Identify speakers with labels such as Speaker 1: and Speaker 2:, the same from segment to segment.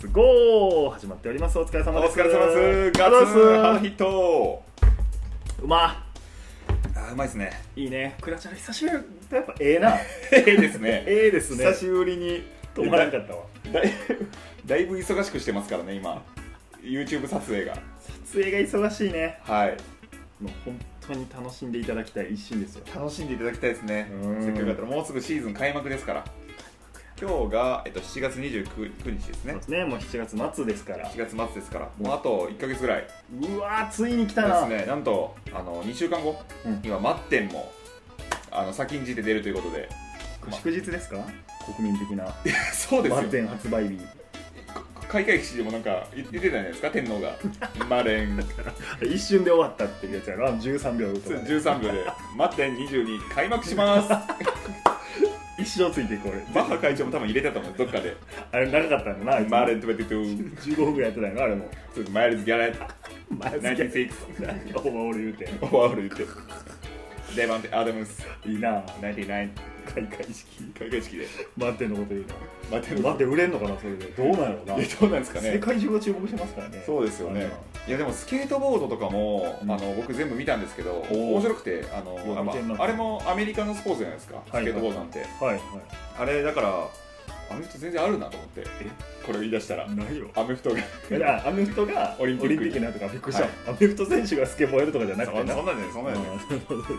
Speaker 1: ツゴー始まっておりますお疲れ様
Speaker 2: お
Speaker 1: です
Speaker 2: 疲れ様ですガッツハロヒット
Speaker 1: うま
Speaker 2: あーうまいですね
Speaker 1: いいねクラチャラ久しぶりやっぱええな
Speaker 2: ええですね
Speaker 1: ええですね
Speaker 2: 久しぶりに
Speaker 1: 止まらんかったわ
Speaker 2: だいだいぶ忙しくしてますからね今 YouTube 撮影が
Speaker 1: 撮影が忙しいね
Speaker 2: はい
Speaker 1: もう本当に楽しんでいただきたい一心ですよ
Speaker 2: 楽しんでいただきたいですね
Speaker 1: うん
Speaker 2: せっかくだったらもうすぐシーズン開幕ですから今日が、えっと、7月29日です
Speaker 1: そう
Speaker 2: ね
Speaker 1: ですねもう7月末ですから
Speaker 2: 7月末ですからもうあと1か月ぐらいう
Speaker 1: わーついに来た
Speaker 2: です
Speaker 1: な、
Speaker 2: ねなんとあの2週間後
Speaker 1: うん
Speaker 2: には「マッテン」もあの先んじて出るということで
Speaker 1: これ祝日ですか国民的な
Speaker 2: そうです
Speaker 1: バ
Speaker 2: よ
Speaker 1: ッテン発売日
Speaker 2: 開会式でもなんか言ってたじゃないですか天皇 がマレン
Speaker 1: 一瞬で終わったっていうやつやろ13秒とかで
Speaker 2: 13秒で「マッテン22開幕 します」
Speaker 1: 一生ついていこう俺
Speaker 2: バッハ会長も多分入れてたと思うどっかで
Speaker 1: あれ長かったんだなあいつ
Speaker 2: 「マレン22
Speaker 1: 15分ぐらいやってないのあれも」
Speaker 2: マイルズ・ギャレット
Speaker 1: マジで
Speaker 2: 96
Speaker 1: オーバーオール言う
Speaker 2: オワール言ってデバンテ・アダムス
Speaker 1: ていいな
Speaker 2: 99
Speaker 1: 開会式
Speaker 2: 開会式で
Speaker 1: バッテンのこと言う
Speaker 2: マテ
Speaker 1: のバッテン売れんのかなそれでどうなんやろうな、
Speaker 2: えどうなんですか
Speaker 1: 世
Speaker 2: ね
Speaker 1: 界中が注目してますからね
Speaker 2: そうですよねいやでもスケートボードとかも、
Speaker 1: うん
Speaker 2: あの僕全部見たんですけど
Speaker 1: ー
Speaker 2: 面白くてあの
Speaker 1: いや
Speaker 2: やっぱ
Speaker 1: 見てんな
Speaker 2: あれもアメリカのスポーツじゃないですかスケ
Speaker 1: い
Speaker 2: ートボードなんて、
Speaker 1: はいはい
Speaker 2: あれだからアメフト全然あるなと思ってこれを言い出したら
Speaker 1: ないよ
Speaker 2: アメフトが
Speaker 1: いやアメフトが
Speaker 2: オリンピックに
Speaker 1: になるとかびっくりした、
Speaker 2: はい
Speaker 1: アメフト選手がスケボーやるとかじゃなくてな
Speaker 2: じゃないそん
Speaker 1: うん
Speaker 2: い
Speaker 1: そうそうそう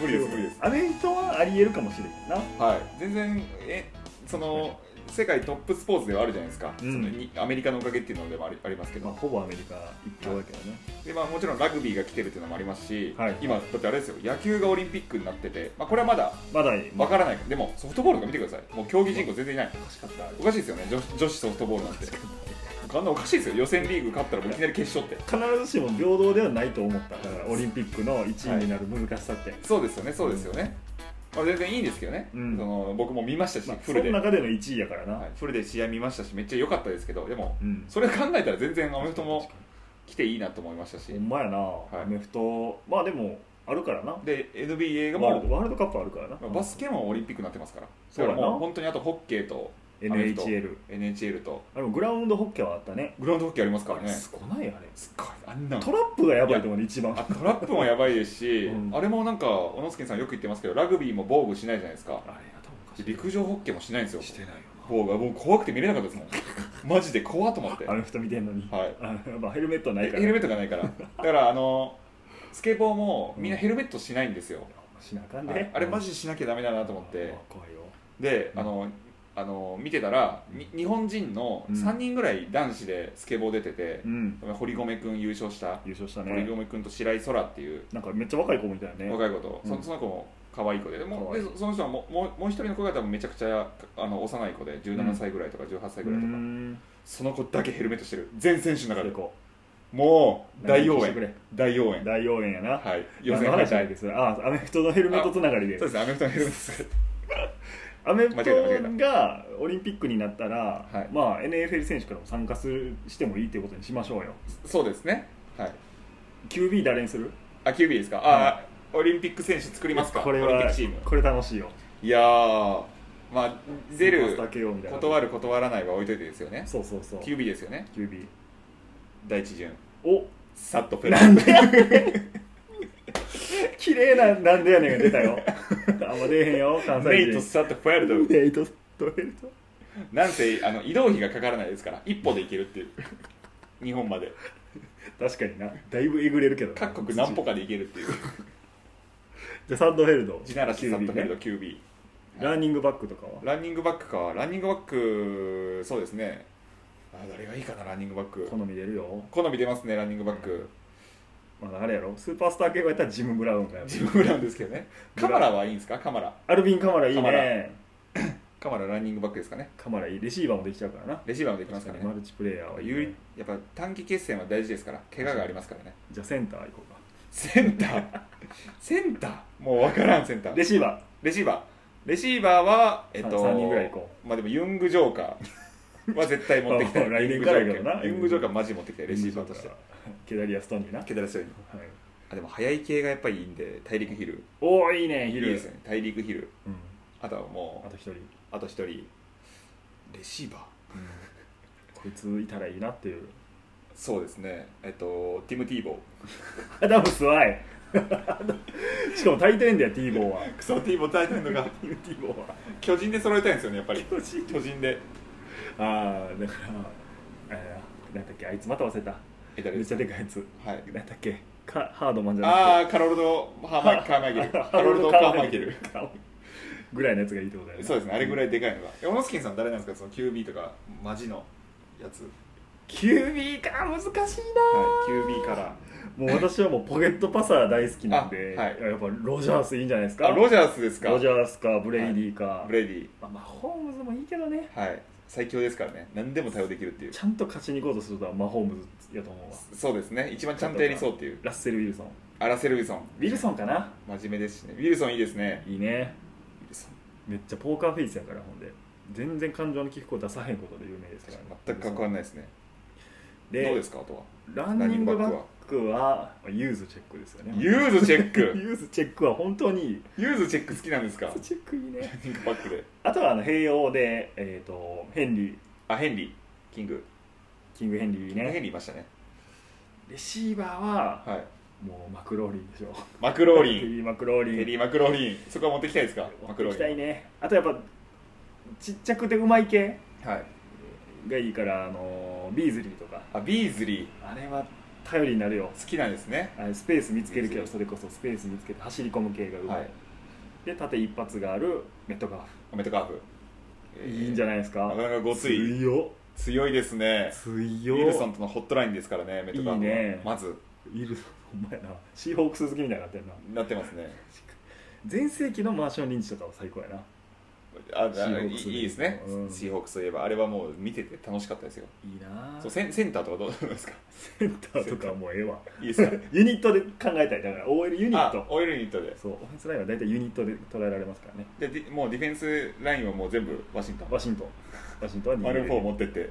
Speaker 2: 無理です無理です
Speaker 1: アメフトはありえるかもしれんな
Speaker 2: はい全然えその世界トップスポーツではあるじゃないですか、
Speaker 1: うん
Speaker 2: そのにアメリカのおかげっていうのでもありありますけど、
Speaker 1: まあ、ほぼアメリカ一強だけどね、
Speaker 2: でまあ、もちろんラグビーが来てるっていうのもありますし、
Speaker 1: はい
Speaker 2: 今だってあれですよ野球がオリンピックになってて、まあ、これはまだ
Speaker 1: まだいい
Speaker 2: わからないでもソフトボールとか見てくださいもう競技人口全然いない
Speaker 1: おかしかったあれ
Speaker 2: おかしいですよね女女子ソフトボールなんてあんなおかしいですよ予選リーグ勝ったらもういきなり決勝って
Speaker 1: 必ずしも平等ではないと思っただからオリンピックの1位になる難しさって、
Speaker 2: そうですよねそうですよね、まあ、全然いいんですけどね、
Speaker 1: うん
Speaker 2: その僕も見ましたし、
Speaker 1: まあ、
Speaker 2: フ
Speaker 1: そ
Speaker 2: ル
Speaker 1: の
Speaker 2: で、
Speaker 1: 中での1位やからな、
Speaker 2: はいフルで試合見ましたしめっちゃ良かったですけどでも
Speaker 1: うん
Speaker 2: それを考えたら全然アメフトも来ていいなと思いましたし
Speaker 1: ほんまやな、
Speaker 2: い
Speaker 1: アメフトまあでもあるからな
Speaker 2: で NBA が
Speaker 1: ワール
Speaker 2: も
Speaker 1: ドワールドカップあるからな
Speaker 2: うバスケもオリンピックになってますから
Speaker 1: そうだな
Speaker 2: からもう本当にあとホッケーとアメフト
Speaker 1: NHL
Speaker 2: NHL と
Speaker 1: あのグラウンドホッケーはあったね
Speaker 2: グラウンドホッケーありますから
Speaker 1: あれ
Speaker 2: ね
Speaker 1: すごないあれ
Speaker 2: すっごいあんなの
Speaker 1: トラップがやばいと思うね一番
Speaker 2: あ
Speaker 1: あ
Speaker 2: トラップもやばいですし、
Speaker 1: うん
Speaker 2: あれもなんか小野助さんよく言ってますけどラグビーも防具しないじゃないですか
Speaker 1: れ頭おかし
Speaker 2: で
Speaker 1: い
Speaker 2: 陸上ホッケーもしないんですよ
Speaker 1: してないよ
Speaker 2: 防具がもう怖くて見れなかった ですもんマジで怖っと思って
Speaker 1: なアメフト見てんのに、
Speaker 2: はい
Speaker 1: あまあヘルメットないか
Speaker 2: え
Speaker 1: ら
Speaker 2: ヘルメットがないからだからあのスケボーもみんなヘルメットしないんですよ、
Speaker 1: しなあかんで、
Speaker 2: はいあれマジでしなきゃダメだなと思って
Speaker 1: あ怖いよ
Speaker 2: であのあの見てたらに日本人の
Speaker 1: うん
Speaker 2: 3人ぐらい男子でスケボー出てて
Speaker 1: う、ん
Speaker 2: 堀米君優勝した、
Speaker 1: 優勝した
Speaker 2: 堀
Speaker 1: ね
Speaker 2: 米君と白井空っていう
Speaker 1: なんかめっちゃ若い子みたいなね
Speaker 2: 若い子と、
Speaker 1: うん
Speaker 2: そその子も可愛い子ででも
Speaker 1: 可愛い
Speaker 2: でそその人はもうもうもう一人の子が多分めちゃくちゃあの幼い子で17歳ぐらいとか18歳ぐらいとか、
Speaker 1: うん
Speaker 2: その子だけヘルメットしてる全選手の中
Speaker 1: それ
Speaker 2: で
Speaker 1: こ
Speaker 2: もう
Speaker 1: う
Speaker 2: 大
Speaker 1: なん
Speaker 2: 応
Speaker 1: かしてく
Speaker 2: 援
Speaker 1: れ
Speaker 2: 大応援
Speaker 1: 大応援やな、
Speaker 2: はい予
Speaker 1: 何
Speaker 2: 選
Speaker 1: の
Speaker 2: 敗
Speaker 1: 話だ
Speaker 2: 退
Speaker 1: っけそれあアメフトのヘルメットつながりで
Speaker 2: そうですアメフトのヘルメッ
Speaker 1: アメフト
Speaker 2: 間違えた間違
Speaker 1: がオリンピックになったら、
Speaker 2: はい
Speaker 1: まあ、NFL 選手からも参加するしてもいいっていうことにしましょうよ
Speaker 2: トそうですねはい
Speaker 1: QB 誰にする
Speaker 2: あ QB ですかあ、ーオリンピック選手作りますか
Speaker 1: これ
Speaker 2: オリンピッ
Speaker 1: は
Speaker 2: クチーム
Speaker 1: これ楽しいよ
Speaker 2: いやーまあ出
Speaker 1: スー
Speaker 2: る
Speaker 1: パースター KO みたいな
Speaker 2: 断る断らないは置いといてですよね
Speaker 1: そうそうそう
Speaker 2: QB ですよね
Speaker 1: QB
Speaker 2: 第一順
Speaker 1: お
Speaker 2: サッとプラ
Speaker 1: なん でやねん綺麗ななんでやねんが出た よあんま出えへんよ関
Speaker 2: ネ
Speaker 1: 西
Speaker 2: イト
Speaker 1: 人
Speaker 2: サッとフェルド
Speaker 1: ネイトドエルト
Speaker 2: なんせあの移動費がかからないですから一歩で行けるっていう日本まで
Speaker 1: 確かになだいぶえぐれるけどな
Speaker 2: 各国何歩かで行けるっていう
Speaker 1: じゃあサンドヘルド
Speaker 2: 地ならしサットフェルド
Speaker 1: QB ね
Speaker 2: QB
Speaker 1: ランニングバックとかは
Speaker 2: ランニングバックかランニングバックそうですねあ誰がいいかなランニングバック
Speaker 1: 好み出るよ
Speaker 2: 好み出ますねランニングバック
Speaker 1: まあ、あれやろスーパースター系はやったらジム・ブラウンがやる
Speaker 2: 自分なんですけどねカマラはいいんですかカマラ
Speaker 1: アルビン・カマラいい
Speaker 2: カマ
Speaker 1: ね
Speaker 2: カマラランニングバックですかね
Speaker 1: カマラいいレシーバーもできちゃうからな
Speaker 2: レシーバーもできますから
Speaker 1: 確
Speaker 2: ね
Speaker 1: かにマルチプレイヤーはいいね、
Speaker 2: 有利やっぱ短期決戦は大事ですから怪我がありますからね
Speaker 1: じゃあセンター行こう
Speaker 2: セン ターセンターもう分からんセンター
Speaker 1: かレシーバ
Speaker 2: レシーバー。レシーバーは、えっと、
Speaker 1: 三人ぐらい行こ
Speaker 2: まあでも、ユングジョーカーは絶対持ってき
Speaker 1: ま
Speaker 2: た
Speaker 1: あ
Speaker 2: い。
Speaker 1: まあ来年からやけどな
Speaker 2: ユングジョーカーマジ持ってきた
Speaker 1: ー
Speaker 2: い、レシーバーとして。
Speaker 1: ケダリア・ストンにな、はい、
Speaker 2: ケダラスよりあ、でも、速い系がやっぱりいいんで、大陸ヒル。
Speaker 1: おおいいね
Speaker 2: い
Speaker 1: ヒ
Speaker 2: い
Speaker 1: ル
Speaker 2: ですね。大陸ヒル。
Speaker 1: うん、
Speaker 2: あとは
Speaker 1: あ
Speaker 2: も
Speaker 1: と一人
Speaker 2: う、あと一人。レシーバー。
Speaker 1: ここいついたらいいなっていう
Speaker 2: そうですねえっとティム・ティーボー
Speaker 1: アダムスワイ しかも大抵んだよ T ボーは
Speaker 2: クソティーボー耐えてる のが
Speaker 1: T ボーは
Speaker 2: 巨人で揃えたいんですよねやっぱり
Speaker 1: 巨人
Speaker 2: 巨人で
Speaker 1: ああだからえー、なんだっけあいつまた忘れた
Speaker 2: え誰
Speaker 1: め
Speaker 2: で
Speaker 1: っち
Speaker 2: す
Speaker 1: ゃでかいやつ
Speaker 2: かはい
Speaker 1: なんだっけかハードマンじゃ
Speaker 2: あ
Speaker 1: なく
Speaker 2: あカロルド・ハ ーマイカーマイケル
Speaker 1: て
Speaker 2: カロルド・カーマイケル
Speaker 1: カーマイケルぐらいのやつがいいってことだよね
Speaker 2: そうですねあれぐら
Speaker 1: い
Speaker 2: いでかいのがえオノスキンさん誰なんですかその QB とかマジのやつ
Speaker 1: QB か難しいな、
Speaker 2: はい、QB から
Speaker 1: もう私はもうポケットパサー大好きなんで、
Speaker 2: あはい
Speaker 1: やっぱロジャースいいんじゃないですか
Speaker 2: あロジャースですか
Speaker 1: ロジャースかブレイディーか、
Speaker 2: ブレイディ
Speaker 1: まあ、まあホームズもいいけどね
Speaker 2: はい最強ですからね何でも対応できるっていう
Speaker 1: ちゃんと勝ちに行こうとするとはマホームズやと思うわ
Speaker 2: そうですね一番ちゃんとやりそうっていう
Speaker 1: ラッセル・ウィルソン
Speaker 2: アラセル・ウィルソン
Speaker 1: ウィルソンかな
Speaker 2: 真面目ですしねウィルソンいいですね
Speaker 1: いいね
Speaker 2: ウィルソン
Speaker 1: めっちゃポーカーフェイスやからほんで全然感情の起伏を出さへんことで有名ですから、
Speaker 2: 全く関わらないですねどうですかあとは
Speaker 1: ランニングバックはユーズチェックですよね
Speaker 2: ユーズチェ ック
Speaker 1: ユーズチェックは本当にいい
Speaker 2: ユーズチェック好きなんですか
Speaker 1: ユーズチェックいいね
Speaker 2: キングバックで
Speaker 1: あとはあの併用で、えー、とヘンリー
Speaker 2: あヘンリーキング
Speaker 1: キングヘンリー
Speaker 2: ヘン
Speaker 1: ね
Speaker 2: リーいましたね
Speaker 1: レシーバーは
Speaker 2: はい
Speaker 1: もうマクローリンでしょ
Speaker 2: マクローリ
Speaker 1: テ
Speaker 2: ン
Speaker 1: リーマクローリン
Speaker 2: ヘリー・マクローリンそこは持ってきたいですかマクロ
Speaker 1: 行
Speaker 2: ー
Speaker 1: きた
Speaker 2: リ
Speaker 1: いねあとやっぱちっちゃくてうまい系
Speaker 2: ンはい
Speaker 1: がいいからあのビーズリーとか
Speaker 2: あビーズリー
Speaker 1: あれは頼りになるよ
Speaker 2: 好きなんですね
Speaker 1: あれスペース見つけるけ
Speaker 2: ビー
Speaker 1: ど
Speaker 2: ズ
Speaker 1: それこそスペース見つけて走り込む系がうまい、
Speaker 2: はい
Speaker 1: で縦一発があるメットカー
Speaker 2: アメトカーフ
Speaker 1: フいいんじゃ
Speaker 2: な
Speaker 1: な
Speaker 2: い
Speaker 1: いですか
Speaker 2: なかなかごつい
Speaker 1: 強っ
Speaker 2: 強いですねウ
Speaker 1: 強っ
Speaker 2: ィルソンとのホットラインですからねメットカーフはい
Speaker 1: いね
Speaker 2: まず
Speaker 1: ウィルソンお前なシーホークス好きみたいになってるな
Speaker 2: なってますね
Speaker 1: 全盛期のマーション・リンチとかは最高やな
Speaker 2: あ
Speaker 1: シーホ
Speaker 2: あい
Speaker 1: ークス
Speaker 2: いいですね、
Speaker 1: うん
Speaker 2: シーホークスといえばあれはもう見てて楽しかったですよ
Speaker 1: いいな
Speaker 2: そう
Speaker 1: セ
Speaker 2: センセンターとかどうなんですか
Speaker 1: ンターとかはもうええわ
Speaker 2: いいですか
Speaker 1: ユニットで考えたいだから OL ユニッ
Speaker 2: あ
Speaker 1: ト
Speaker 2: オイルユニットで
Speaker 1: そうオフェンスラインは大体ユニットで捉えられますからね
Speaker 2: でディもうディフェンスラインはもう全部ワシントン
Speaker 1: ワシントンワシントンは
Speaker 2: マルフォー持
Speaker 1: も
Speaker 2: ってって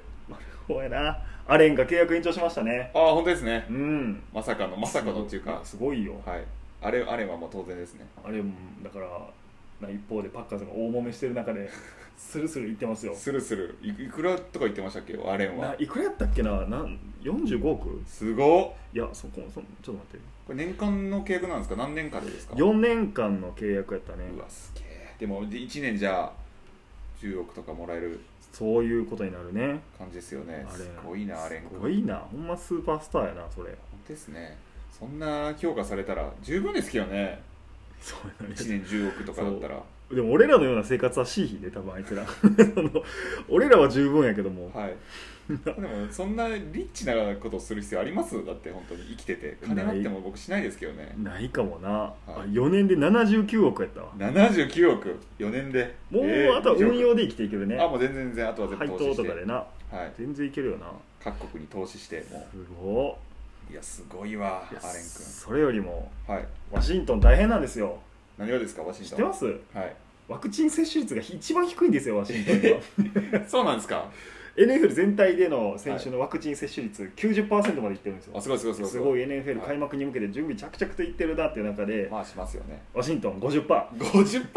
Speaker 1: そうやなアレンが契約延長しましたね
Speaker 2: ああ本当ですね
Speaker 1: うん
Speaker 2: まさかのまさかのっていうか
Speaker 1: すごいよ、
Speaker 2: はいあれあれはもう当然ですね
Speaker 1: あれもだからな一方でパッカーズが大揉めしてる中でスルスルいってますよ
Speaker 2: スルスルいいくらとか言ってましたっけアレン
Speaker 1: な
Speaker 2: はい
Speaker 1: くらやったっけななん45億
Speaker 2: すごっ
Speaker 1: いやそこそちょっと待って
Speaker 2: これ年間の契約なんですか何年間でですか
Speaker 1: 4年間の契約やったね
Speaker 2: うわすげえでも1年じゃあ10億とかもらえる
Speaker 1: そういうことになるね
Speaker 2: 感じですよね
Speaker 1: アレン
Speaker 2: すごいなアレン
Speaker 1: すごいなほんまスーパースターやなそれ
Speaker 2: ですねそんな評価されたら十分ですけどね
Speaker 1: そう
Speaker 2: 1年10億とかだったら
Speaker 1: でも俺らのような生活はしいひで多分あいつら その俺らは十分やけども、
Speaker 2: はいでもそんなリッチなことをする必要ありますだって本当に生きてて金なっても僕しないですけどね
Speaker 1: ないかもな、あ
Speaker 2: はい
Speaker 1: 4年で79億やったわ
Speaker 2: 79億4年で
Speaker 1: もう、
Speaker 2: えー
Speaker 1: あとは運
Speaker 2: 20億
Speaker 1: 用で生きていけるね
Speaker 2: あもう全然全然あとは全部
Speaker 1: 配
Speaker 2: 投資
Speaker 1: 当
Speaker 2: して
Speaker 1: とかでな
Speaker 2: はい、
Speaker 1: 全然いけるよな
Speaker 2: 各国に投資しても
Speaker 1: すご
Speaker 2: ういやすごいわ
Speaker 1: いいや
Speaker 2: アレン
Speaker 1: それよりも
Speaker 2: 君はい
Speaker 1: ワシントン大変なんですよ
Speaker 2: 何がですかワシン
Speaker 1: 知
Speaker 2: ト
Speaker 1: っ
Speaker 2: ン
Speaker 1: てます
Speaker 2: はい
Speaker 1: ワクチン接種率が一番低いんですよワシントンでは
Speaker 2: そうなんですか
Speaker 1: NFL 全体での選手のワクチン接種率90%までいってるんですよ
Speaker 2: あすごいすごいすごい
Speaker 1: すご
Speaker 2: い
Speaker 1: い NFL 開幕に向けて準備着々といってるなっていう中で、
Speaker 2: まあしますよね
Speaker 1: ワシントン50%
Speaker 2: 50%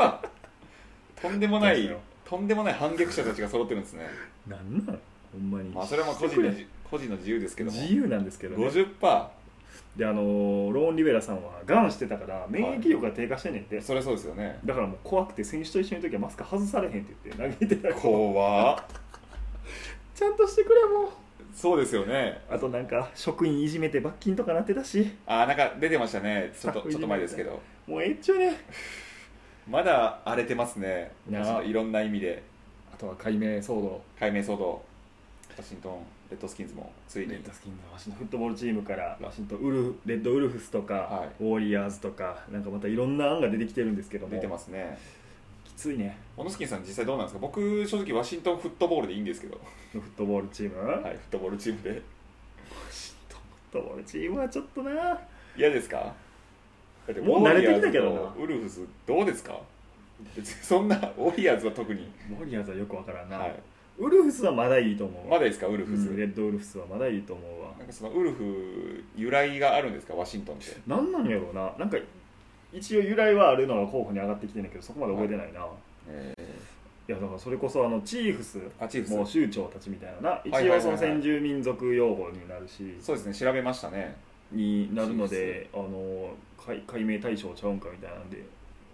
Speaker 2: とんでもな
Speaker 1: そうです
Speaker 2: い
Speaker 1: よ
Speaker 2: とんでもない反逆者たちが揃ってるんですね
Speaker 1: なんなんほんまに
Speaker 2: まあそれはまあ個人のじ個人の自由ですけども
Speaker 1: 自由なんですけど、ね、
Speaker 2: 50%
Speaker 1: であのーローン・リベラさんはがんしてたから免疫力が低下してんねんて、
Speaker 2: そりゃそうですよね
Speaker 1: だからもう怖くて選手と一緒にいる時はマスク外されへんって言って投げてたら
Speaker 2: 怖っ
Speaker 1: ちゃんとしてくれもう
Speaker 2: そうですよね
Speaker 1: あとなんか職員いじめて罰金とかなってたし
Speaker 2: あなんか出てましたねちょっ
Speaker 1: スタ
Speaker 2: と
Speaker 1: ッフいじ
Speaker 2: ちょっ
Speaker 1: め
Speaker 2: と前ですけど
Speaker 1: もうええっちゅうね
Speaker 2: まだ荒れてますね
Speaker 1: なあ
Speaker 2: ちょっといろんな意味で
Speaker 1: あとは解明騒動
Speaker 2: 解明騒動ワシントンレッドスキンズもつい
Speaker 1: レ
Speaker 2: に
Speaker 1: ッドスキンのワシントンフットボールチームからワシントンウルフレッドウルフスとか、
Speaker 2: は
Speaker 1: ウォリアーズとかなんかまたいろんな案が出てきてるんですけども
Speaker 2: 出てますね
Speaker 1: きついね
Speaker 2: 小野スキンさん実際どうなんですか僕正直ワシントンフットボールでいいんですけど、
Speaker 1: フットボールチーム、
Speaker 2: はい、フットボールチームで
Speaker 1: ワシントンフットボールチームはちょっとな
Speaker 2: 嫌ですかだって
Speaker 1: もう慣れてきたけどな
Speaker 2: ウォリアーズとウルフスどうですか別にそんな ウォリアーズは特に、
Speaker 1: ウォリアーズはよくわからんな、
Speaker 2: はい、
Speaker 1: ウルフスはまだいいと思う
Speaker 2: ま
Speaker 1: わ
Speaker 2: だいいですかウルフス、
Speaker 1: うんレッドウルフスはまだいいと思うわ
Speaker 2: なんかそのウルフ由来があるんですかワシントンって
Speaker 1: なんなんやろうななんか一応由来はあるのが候補に上がってきてんだけどそこまで覚えてないな、
Speaker 2: えー
Speaker 1: いやだからそれこそあのチーフス
Speaker 2: あチーフス
Speaker 1: もう酋長たちみたいな
Speaker 2: はい
Speaker 1: 一
Speaker 2: はい
Speaker 1: 応
Speaker 2: はい
Speaker 1: そ
Speaker 2: はい
Speaker 1: の先住民族用語になるし、
Speaker 2: そうですね調べましたね
Speaker 1: になるのであの解解明対象ちゃうんかみたいなんで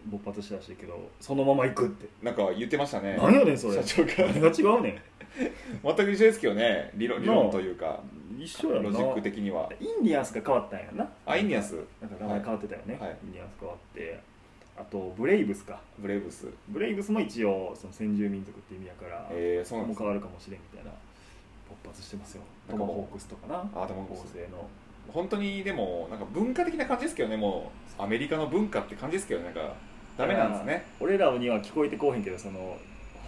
Speaker 1: 勃発しだしてるけどそのまま行くって、
Speaker 2: なんか言ってましたね
Speaker 1: なんやねんそれ
Speaker 2: 社長が
Speaker 1: 何が違うね
Speaker 2: 全く一緒ですけどね理論理論というか
Speaker 1: ん一緒やろ
Speaker 2: ロ
Speaker 1: な
Speaker 2: ジック的には
Speaker 1: インディアンスが変わったんやな
Speaker 2: アイニアス
Speaker 1: なんか名前変わってたよね、
Speaker 2: はいはい
Speaker 1: インディアンス変わってあとブレイブスか
Speaker 2: ブレイブス
Speaker 1: ブレイブスも一応その先住民族って意味やから、
Speaker 2: えー、そうなん
Speaker 1: も
Speaker 2: で
Speaker 1: う
Speaker 2: す
Speaker 1: 変わるかもしれんみたいな勃発してますよト
Speaker 2: なんか
Speaker 1: マ
Speaker 2: もう
Speaker 1: ホークスとかな
Speaker 2: あでも
Speaker 1: 合成の
Speaker 2: 本当にでもなんか文化的な感じですけどねもうアメリカの文化って感じですけどなんかダメなんですね
Speaker 1: 俺らには聞こえてこうへんけどその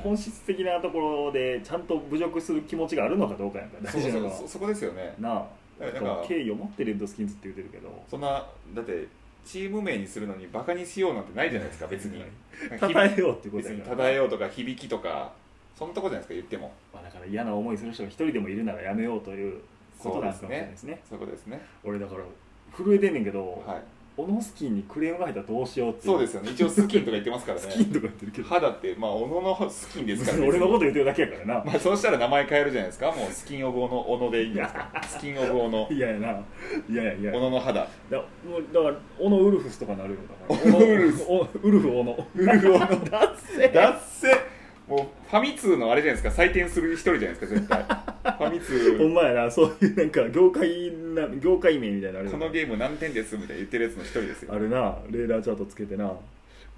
Speaker 1: 本質的なところでちゃんと侮辱する気持ちがあるのかどうかやんか
Speaker 2: そう
Speaker 1: 大
Speaker 2: そう
Speaker 1: 事なのは
Speaker 2: そうそこですよね
Speaker 1: なあ
Speaker 2: だからなんか
Speaker 1: 敬意を持ってレッドスキンズって言うてるけど
Speaker 2: そんなだってチーム名にするのにバカにしようなんてないじゃないですか別に
Speaker 1: 称えようっていうこと
Speaker 2: 別
Speaker 1: や
Speaker 2: に
Speaker 1: から
Speaker 2: 漂えようとか響きとかそんなとこじゃないですか言っても
Speaker 1: まあ、だから嫌な思いする人が一人でもいるならやめようということなんかもしれないですね
Speaker 2: そういうことですね
Speaker 1: 俺だから震えてんねんけど、
Speaker 2: はい
Speaker 1: オノスキンにクレームが入ったらどうしようってい
Speaker 2: そうですよね一応スキンとか言ってますか ら
Speaker 1: スキンと
Speaker 2: ね
Speaker 1: か言ってるけど
Speaker 2: 肌ってまあおののスキンですからね
Speaker 1: 俺のこと言ってるだけやからな
Speaker 2: まあそうしたら名前変えるじゃないですかもうスキンオブオのオノでいいんじゃないですかスキンオブオノ
Speaker 1: いやいやな。いやいやいや。
Speaker 2: オノの肌
Speaker 1: だもうだから、オノウルフスとかなるよ。だから
Speaker 2: オノウルフス
Speaker 1: おウルフオノ。
Speaker 2: ウル フオノ
Speaker 1: だっせ。
Speaker 2: だっせもうファミ通のあれじゃないですか採点する一人じゃないですか絶対ファ ミ
Speaker 1: ほ
Speaker 2: 通
Speaker 1: んまやな、そういうなんか、業界な、業界名みたいなのあるよ
Speaker 2: こ
Speaker 1: な
Speaker 2: のゲーム何点ですみたいな言ってるやつの一人ですよ
Speaker 1: あるな、レーダーチャートつけてな。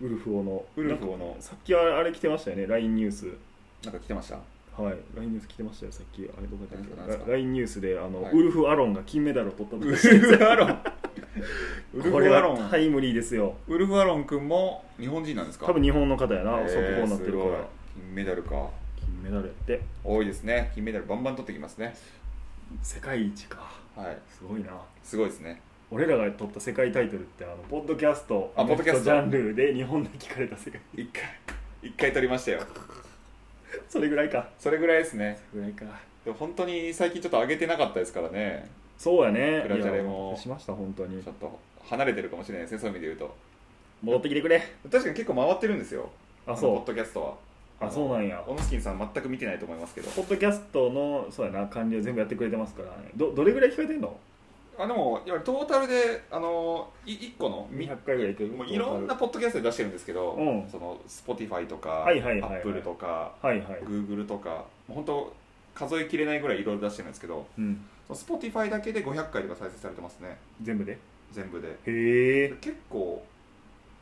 Speaker 1: ウルフオノ。
Speaker 2: ウルフ
Speaker 1: なん
Speaker 2: オノ
Speaker 1: かさっきはあれ来てましたよね、LINE ニュース。
Speaker 2: なんか来て ました
Speaker 1: はい、LINE ニュース来てましたよ、さっき。あれどこだ
Speaker 2: なん
Speaker 1: っ
Speaker 2: です
Speaker 1: た
Speaker 2: か
Speaker 1: っけ ?LINE ニュースで、あの、
Speaker 2: はい
Speaker 1: ウルフ・アロンが金メダルを取った
Speaker 2: ウル
Speaker 1: 時
Speaker 2: フアロンウ ル
Speaker 1: これ
Speaker 2: フアロ
Speaker 1: は
Speaker 2: ン
Speaker 1: タイムリーですよ。
Speaker 2: ウルフアロン君も日本人なんですか
Speaker 1: 多分日本の方やな、
Speaker 2: えー
Speaker 1: 速報になってるか
Speaker 2: すごい
Speaker 1: ら。
Speaker 2: 金メダルか
Speaker 1: 金メダルやって。
Speaker 2: 多いですね金メダルバンバン取ってきますね
Speaker 1: 世界一か
Speaker 2: はい
Speaker 1: すごいな
Speaker 2: すごいですね
Speaker 1: 俺らが取った世界タイトルってあのポッドキャスト
Speaker 2: あポッドキャスト
Speaker 1: ジャンルで日本で聞かれた 世界
Speaker 2: 一回一回取りましたよ
Speaker 1: それぐらいか
Speaker 2: それぐらいですね
Speaker 1: それぐらいか
Speaker 2: でも本当に最近ちょっと上げてなかったですからね
Speaker 1: そうやね
Speaker 2: クラジャレも
Speaker 1: いやしました本当に
Speaker 2: ちょっと離れてるかもしれないですねそういう意味で言う
Speaker 1: 戻ってきてくれ
Speaker 2: と確かに結構回ってるんですよ
Speaker 1: あ
Speaker 2: のポ
Speaker 1: そ
Speaker 2: ッドキャストは
Speaker 1: うあそうなんや
Speaker 2: オノスキンさん全く見てないと思いますけど
Speaker 1: ポッドキャストのそうやな管理を全部やってくれてますからねどどれぐらい聞かれてんの
Speaker 2: あでもいやトータルであのい1個のみ
Speaker 1: 200回ぐらいいける
Speaker 2: もういろんなポッドキャストで出してるんですけど、
Speaker 1: うん
Speaker 2: その Spotify とか、
Speaker 1: はいはいはいはい
Speaker 2: Apple とか
Speaker 1: はいはい
Speaker 2: Google とかもう本当数えきれないぐらいいろいろ出してるんですけど
Speaker 1: うん
Speaker 2: その Spotify だけで500回とか再生されてますね
Speaker 1: 全部で
Speaker 2: 全部で
Speaker 1: へえ
Speaker 2: 結構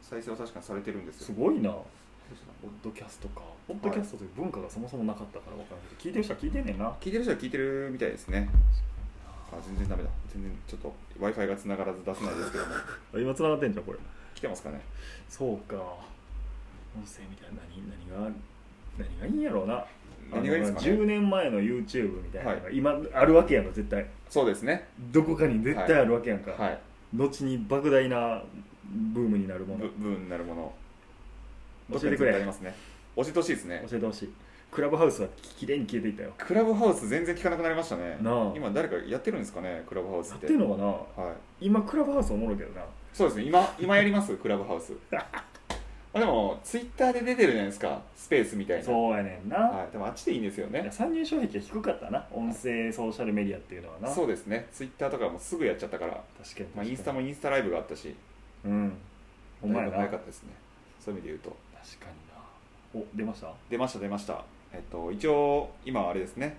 Speaker 2: 再生は確かにされてるんです
Speaker 1: す
Speaker 2: よ
Speaker 1: ごいなポッドキャストかポッドキャストという文化がそもそもなかったから分からんけど聞いてる人は聞いてんねんな
Speaker 2: 聞いてる人は聞いてるみたいですねあ全然ダメだ全然ちょっと w i f i が繋がらず出せないですけども
Speaker 1: あ今繋がってんじゃんこれ
Speaker 2: 来てますかね
Speaker 1: そうか音声みたいな何何が何がいいんやろうな
Speaker 2: 何がいいですか
Speaker 1: あの
Speaker 2: ね
Speaker 1: 10年前の YouTube みたいなのが今あるわけやんか絶対
Speaker 2: そうですね
Speaker 1: どこかに絶対あるわけやんか、
Speaker 2: はい
Speaker 1: 後に莫大なブームになるもの
Speaker 2: 部分になるもの
Speaker 1: 教えてくれ
Speaker 2: どっかに絶対ありますね教えてほしいですね
Speaker 1: 教えてほしいクラブハウスはきれいに消えていったよ
Speaker 2: クラブハウス全然聞かなくなりましたね
Speaker 1: なあ
Speaker 2: 今誰かやってるんですかねクラブハウス
Speaker 1: やっ
Speaker 2: ってて
Speaker 1: んのかな
Speaker 2: はい、
Speaker 1: 今クラブハウスおもろいけどな
Speaker 2: そうですね今今やりますクラブハ ウスあでもツイッターで出てるじゃないですかスペースみたいな
Speaker 1: そうやねんな、
Speaker 2: はい、でもあっちでいいんですよ
Speaker 1: いや
Speaker 2: ね
Speaker 1: 参入障壁が低かったな音声ソーシャルメディアっていうのはな
Speaker 2: そうですねツイッターとかもすぐやっちゃったから、
Speaker 1: 確かに確
Speaker 2: ま
Speaker 1: か
Speaker 2: あ、
Speaker 1: に
Speaker 2: インスタもインスタライブがあったし
Speaker 1: うんお前
Speaker 2: だい
Speaker 1: な
Speaker 2: ぶ早か
Speaker 1: 確
Speaker 2: ったですねそういう意味で言うと
Speaker 1: かになお出ました
Speaker 2: 出ました出ましたえっと一応今あれですね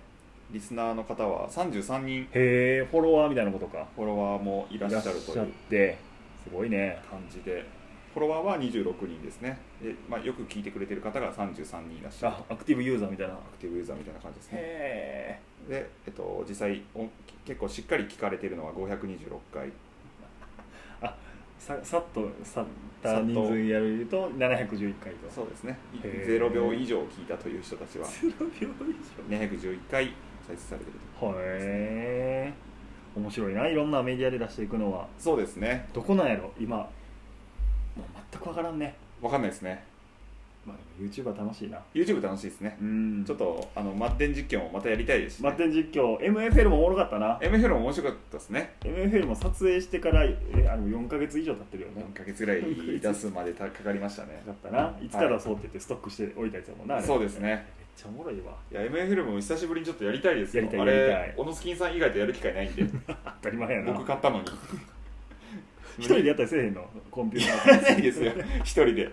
Speaker 2: リスナーの方は33人
Speaker 1: へえフォロワーみたいなことか
Speaker 2: フォロワーもいらっしゃるという
Speaker 1: てすごいね
Speaker 2: 感じでフォロワーは26人ですねで、まあ、よく聞いてくれてる方が33人いらっしゃる
Speaker 1: あアクティブユーザーみたいな
Speaker 2: アクティブユーザーみたいな感じですね
Speaker 1: へ
Speaker 2: で、えっと、実際お結構しっかり聞かれてるのは526回
Speaker 1: えささっと去った人数やると711回と
Speaker 2: そうですね
Speaker 1: へー
Speaker 2: 0秒以上聞いたという人たちは
Speaker 1: 0秒以
Speaker 2: 211回再生されてる
Speaker 1: 上へえ面白いないろんなメディアで出していくのは
Speaker 2: とそうですね
Speaker 1: どこなんやろ今もう全く分からんね
Speaker 2: わかんないですね
Speaker 1: まあ、YouTuber 楽しいな
Speaker 2: YouTube 楽しいですね
Speaker 1: うん
Speaker 2: ちょっとあのマッテン実験をまたやりたいですし、
Speaker 1: マ
Speaker 2: ね
Speaker 1: ッ、テン実況 MFL もおもろかったな
Speaker 2: MFL も面白かったですね
Speaker 1: MFL も撮影してからえあの4か月以上経ってるよね
Speaker 2: 4ヶ月ぐらい出すまでたかかりましたね
Speaker 1: だったないつからそうって言ってストックしておいたやつやもんなあれ
Speaker 2: そうですね
Speaker 1: めっちゃおもろいわ
Speaker 2: いや MFL も久しぶりにちょっとやりたいですよ
Speaker 1: やりたい
Speaker 2: あ
Speaker 1: やりた
Speaker 2: れ
Speaker 1: い
Speaker 2: 小野スキンさん以外とやる機会ない んで
Speaker 1: 当たり前やな
Speaker 2: 僕買った のに
Speaker 1: 一人でやったりせえへんのコンピューター
Speaker 2: ないですよ一人で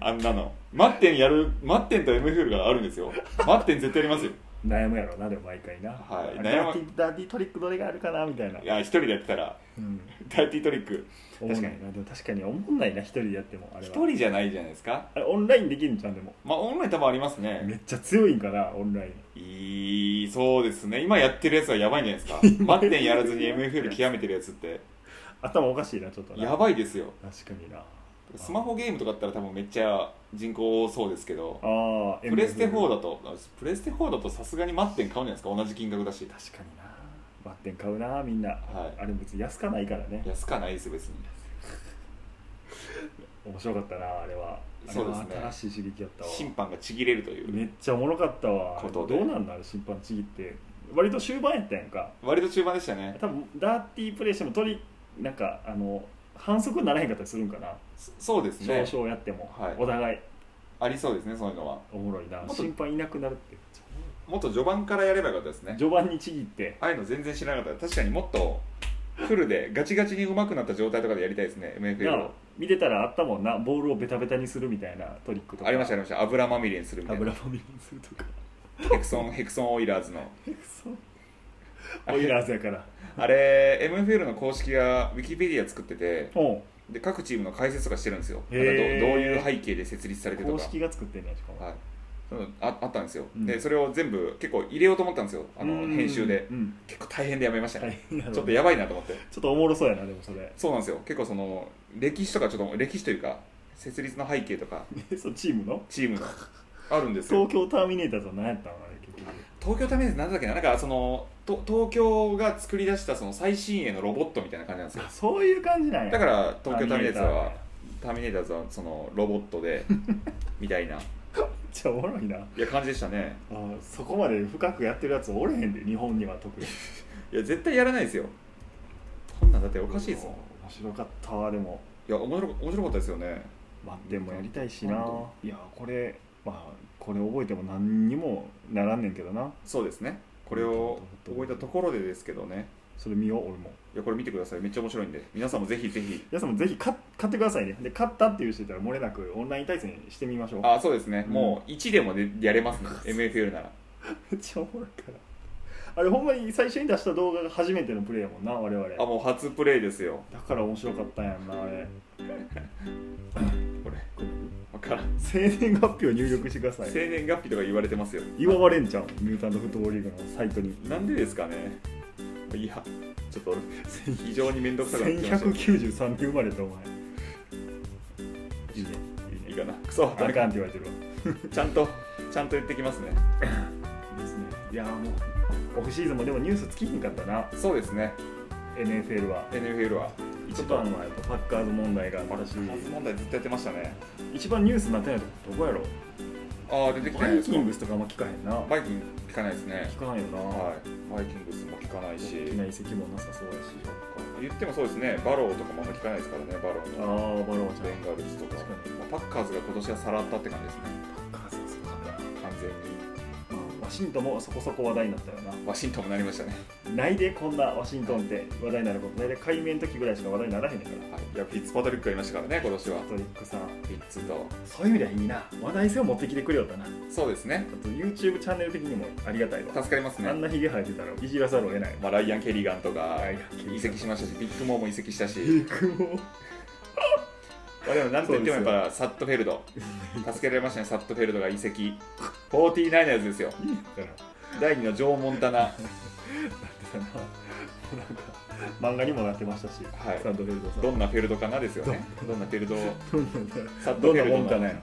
Speaker 2: あんなのマッテンやるマッテンと MFL があるんですよマッテン絶対やりますよ
Speaker 1: 悩むやろなでも毎回な、
Speaker 2: はい
Speaker 1: ダー
Speaker 2: 悩
Speaker 1: ティダーティトリックどれがあるかなみたいない
Speaker 2: や一人でやってたら
Speaker 1: うん、
Speaker 2: ダーティートリック
Speaker 1: おもんないなでも確かにおもんないな一人でやってもあれ
Speaker 2: 一
Speaker 1: は
Speaker 2: 人じゃないじゃないですか
Speaker 1: あれオンラインできるんじゃんでも
Speaker 2: まあオンライン多分あります
Speaker 1: めっ
Speaker 2: ね
Speaker 1: ちゃ強いんかなオンライン
Speaker 2: いいそうですね今やってるやつはやばいんじゃないです かマッテンやらずに MFL 極めてるやつって
Speaker 1: 頭おかしいなちょっとな
Speaker 2: やばいですよ
Speaker 1: 確かにな
Speaker 2: スマホゲームとかだったら多分めっちゃ人口多そうですけど
Speaker 1: ああ
Speaker 2: プレステ4
Speaker 1: だ
Speaker 2: だとプレステ4だとさすがにマッテン買うんじゃないですか同じ金額だし
Speaker 1: 確かになバッテン買うなみんな、
Speaker 2: は
Speaker 1: あれ別に安かないからね
Speaker 2: 安かないです別に
Speaker 1: 面白かったなあれは
Speaker 2: そうですね
Speaker 1: あれは新しい刺激やったわ
Speaker 2: 審判がちぎれるとい
Speaker 1: めっ
Speaker 2: う
Speaker 1: ちゃおもろかったわ
Speaker 2: ことで
Speaker 1: どうなんだあれ審判ちぎって割と終盤やったやんか
Speaker 2: 割と中盤でしたね
Speaker 1: 多分ダーティープレイしても取りなんかあの反則にならへんかったりするんかな、
Speaker 2: そそうですね
Speaker 1: 少々やっても、
Speaker 2: はい
Speaker 1: お互い
Speaker 2: ありそうですねそういうのは
Speaker 1: おもろいな
Speaker 2: もっと
Speaker 1: 審判いなくなるって
Speaker 2: もっと序盤からやればよかったですね
Speaker 1: 序盤にちぎって
Speaker 2: ああいうの全然知らなかった確かにもっとフルでガチガチに上手くなった状態とかでやりたいですね
Speaker 1: な
Speaker 2: MFL
Speaker 1: あ
Speaker 2: を
Speaker 1: 見てたらあったもんなボールをベタベタにするみたいなトリックとか
Speaker 2: ありましたありました油まみれにするみたい
Speaker 1: 油
Speaker 2: な
Speaker 1: ファミリーにするとか
Speaker 2: ヘクソンヘクソンオイラーズの
Speaker 1: そうオイラーズやから
Speaker 2: あれ MFL の公式がウィキペディア作ってて
Speaker 1: おう
Speaker 2: で各チームの解説とかしてるんですよなんかどどう
Speaker 1: へー
Speaker 2: いう背景で設立されてと
Speaker 1: 公
Speaker 2: か
Speaker 1: 式が作ってんねんしかも、
Speaker 2: はいそういうのああったんですよ、
Speaker 1: うん
Speaker 2: でそれを全部結構入れようと思ったんですよあの
Speaker 1: うん
Speaker 2: 編集で
Speaker 1: うん
Speaker 2: 結構大変でやめました
Speaker 1: 大
Speaker 2: ね
Speaker 1: 変やろ
Speaker 2: ちょっとやばいなと思って
Speaker 1: ちょっとおもろそうやなでもそれ
Speaker 2: そうなんですよ結構その歴史とかちょっと歴史というか設立の背景とか
Speaker 1: そうチームの
Speaker 2: チーム があるんですよ
Speaker 1: 東京ターミネーターとは何やったのあれ結局
Speaker 2: 東京ターミネーターなんだっけななんかそのと東京が作り出したその最新鋭のロボットみたいな感じなんですよ
Speaker 1: あそういう感じなんや
Speaker 2: だから東京ターミネーターは
Speaker 1: めっ
Speaker 2: ターミネーターズはそのロボット でみたいな
Speaker 1: ちゃおもろいない
Speaker 2: や感じでしたね
Speaker 1: あーそこまで深くやってるやつおれへんで日本には特に
Speaker 2: いや絶対やらないですよこんなんだっておかしいですもん
Speaker 1: 面白かったわでも
Speaker 2: いや面白か面白かったですよね
Speaker 1: まあでもやりたいしな
Speaker 2: 本当
Speaker 1: いやこれまあこれ覚えても何にもならんねんけどな
Speaker 2: そうですねこれを覚えたところでですけどね
Speaker 1: それ見よう俺も
Speaker 2: いやこれ見てくださいめっちゃ面白いんで皆さんもぜひぜひ
Speaker 1: 皆さんもぜひ買っ買ってくださいねで買ったっていう人いたら漏れなくオンライン対戦してみましょう
Speaker 2: あそうですね、
Speaker 1: うん
Speaker 2: もう1でも、ね、やれますね MFL なら
Speaker 1: めっちゃおもろいからあれほんまに最初に出した動画が初めてのプレイやもんな我々
Speaker 2: あもう初プレイですよ
Speaker 1: だから面白かったんやんなあれ
Speaker 2: これ分からん
Speaker 1: 生年月日を入力してください
Speaker 2: 生年月日とか言われてますよ
Speaker 1: 言われんちゃうミュータントフットボールリーグのサイトに
Speaker 2: なんでですかねいやちょっと 非常に面倒くさくなってきました
Speaker 1: 1193年生まれたお前いいねい
Speaker 2: い
Speaker 1: い
Speaker 2: い
Speaker 1: ね
Speaker 2: かなクソ
Speaker 1: あかんって言われてるわ
Speaker 2: ちゃんとちゃんと言ってきますね
Speaker 1: ですねいやーもうオフシーズンもでもニュースつきひんかったな
Speaker 2: そうですね
Speaker 1: NFL は
Speaker 2: NFL は
Speaker 1: 一番はやっぱパッカーズ問題があったし
Speaker 2: 初問題ずっとやってましたね
Speaker 1: 一番ニュースになってないとこどこやろ
Speaker 2: ああ出てきて
Speaker 1: バ
Speaker 2: ない
Speaker 1: イ
Speaker 2: です
Speaker 1: キ
Speaker 2: か
Speaker 1: ングスとかあんま聞かへんな
Speaker 2: バイキング聞かないですね
Speaker 1: 聞かないよな、
Speaker 2: はいバイキングスも聞かないし
Speaker 1: 大きな遺跡もなさそうだし
Speaker 2: 言ってもそうですねバローとかもあんま聞かないですからねバロー
Speaker 1: ああ
Speaker 2: の
Speaker 1: バローちゃ
Speaker 2: ベン
Speaker 1: ん
Speaker 2: ガルズとか
Speaker 1: 確かに
Speaker 2: まあパッカーズが今年はさらったって感じですね
Speaker 1: パッカーズそうか
Speaker 2: 完全に
Speaker 1: うんワシントンもそこそこ話題になったよな
Speaker 2: ワシントンもなりましたね、
Speaker 1: ないでこんなワシントンって話題になることないで海面の時ぐらいしか話題にならへんねんから
Speaker 2: はい、いやフィッツパトリックがいましたからね今年は
Speaker 1: パトリックさん
Speaker 2: フィッツと
Speaker 1: そういう意味ではいいな話題性を持ってきてくれよったなあ
Speaker 2: そうですね
Speaker 1: と YouTube チャンネル的にもありがたいわ
Speaker 2: 助かりますね
Speaker 1: あんなヒゲ生えてたらいじらざるを得ない
Speaker 2: まあ、ライアン・ケリガンとか
Speaker 1: ライアンケリガン
Speaker 2: 移籍しましたしビッグモーも移籍したし
Speaker 1: えくも
Speaker 2: まあでもなんと言ってもやっぱサットフェルド助けられましたねサットフェルドが移籍 49ers ですよ
Speaker 1: いいから だって
Speaker 2: 第2のジョー・モンタナは
Speaker 1: さななんか漫画にもなってましたし、
Speaker 2: い
Speaker 1: サンドフェルドさん
Speaker 2: どんなフェルドかなですよねどんなフェルド
Speaker 1: どんな
Speaker 2: サッ
Speaker 1: ど
Speaker 2: ト
Speaker 1: ん
Speaker 2: フ
Speaker 1: な
Speaker 2: ェル
Speaker 1: もん
Speaker 2: ド
Speaker 1: か
Speaker 2: の
Speaker 1: ね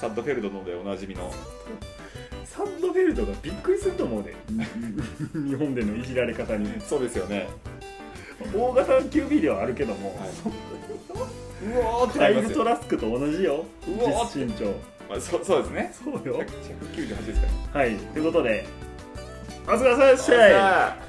Speaker 2: サットフェルドのでおなじみの
Speaker 1: サンドフェルドが びっくりすると思うで日本でのいじられ方に
Speaker 2: そうですよね
Speaker 1: 大型 QB ではあるけども、
Speaker 2: はいう
Speaker 1: おーって
Speaker 2: な
Speaker 1: カ
Speaker 2: り
Speaker 1: イ
Speaker 2: ますよ
Speaker 1: ル・トラスクと同じよ
Speaker 2: うお
Speaker 1: 実
Speaker 2: ー
Speaker 1: 身長
Speaker 2: まあ、そうそうですね
Speaker 1: そうよ
Speaker 2: 198ですから
Speaker 1: はいということでお疲れ様でした
Speaker 2: さあ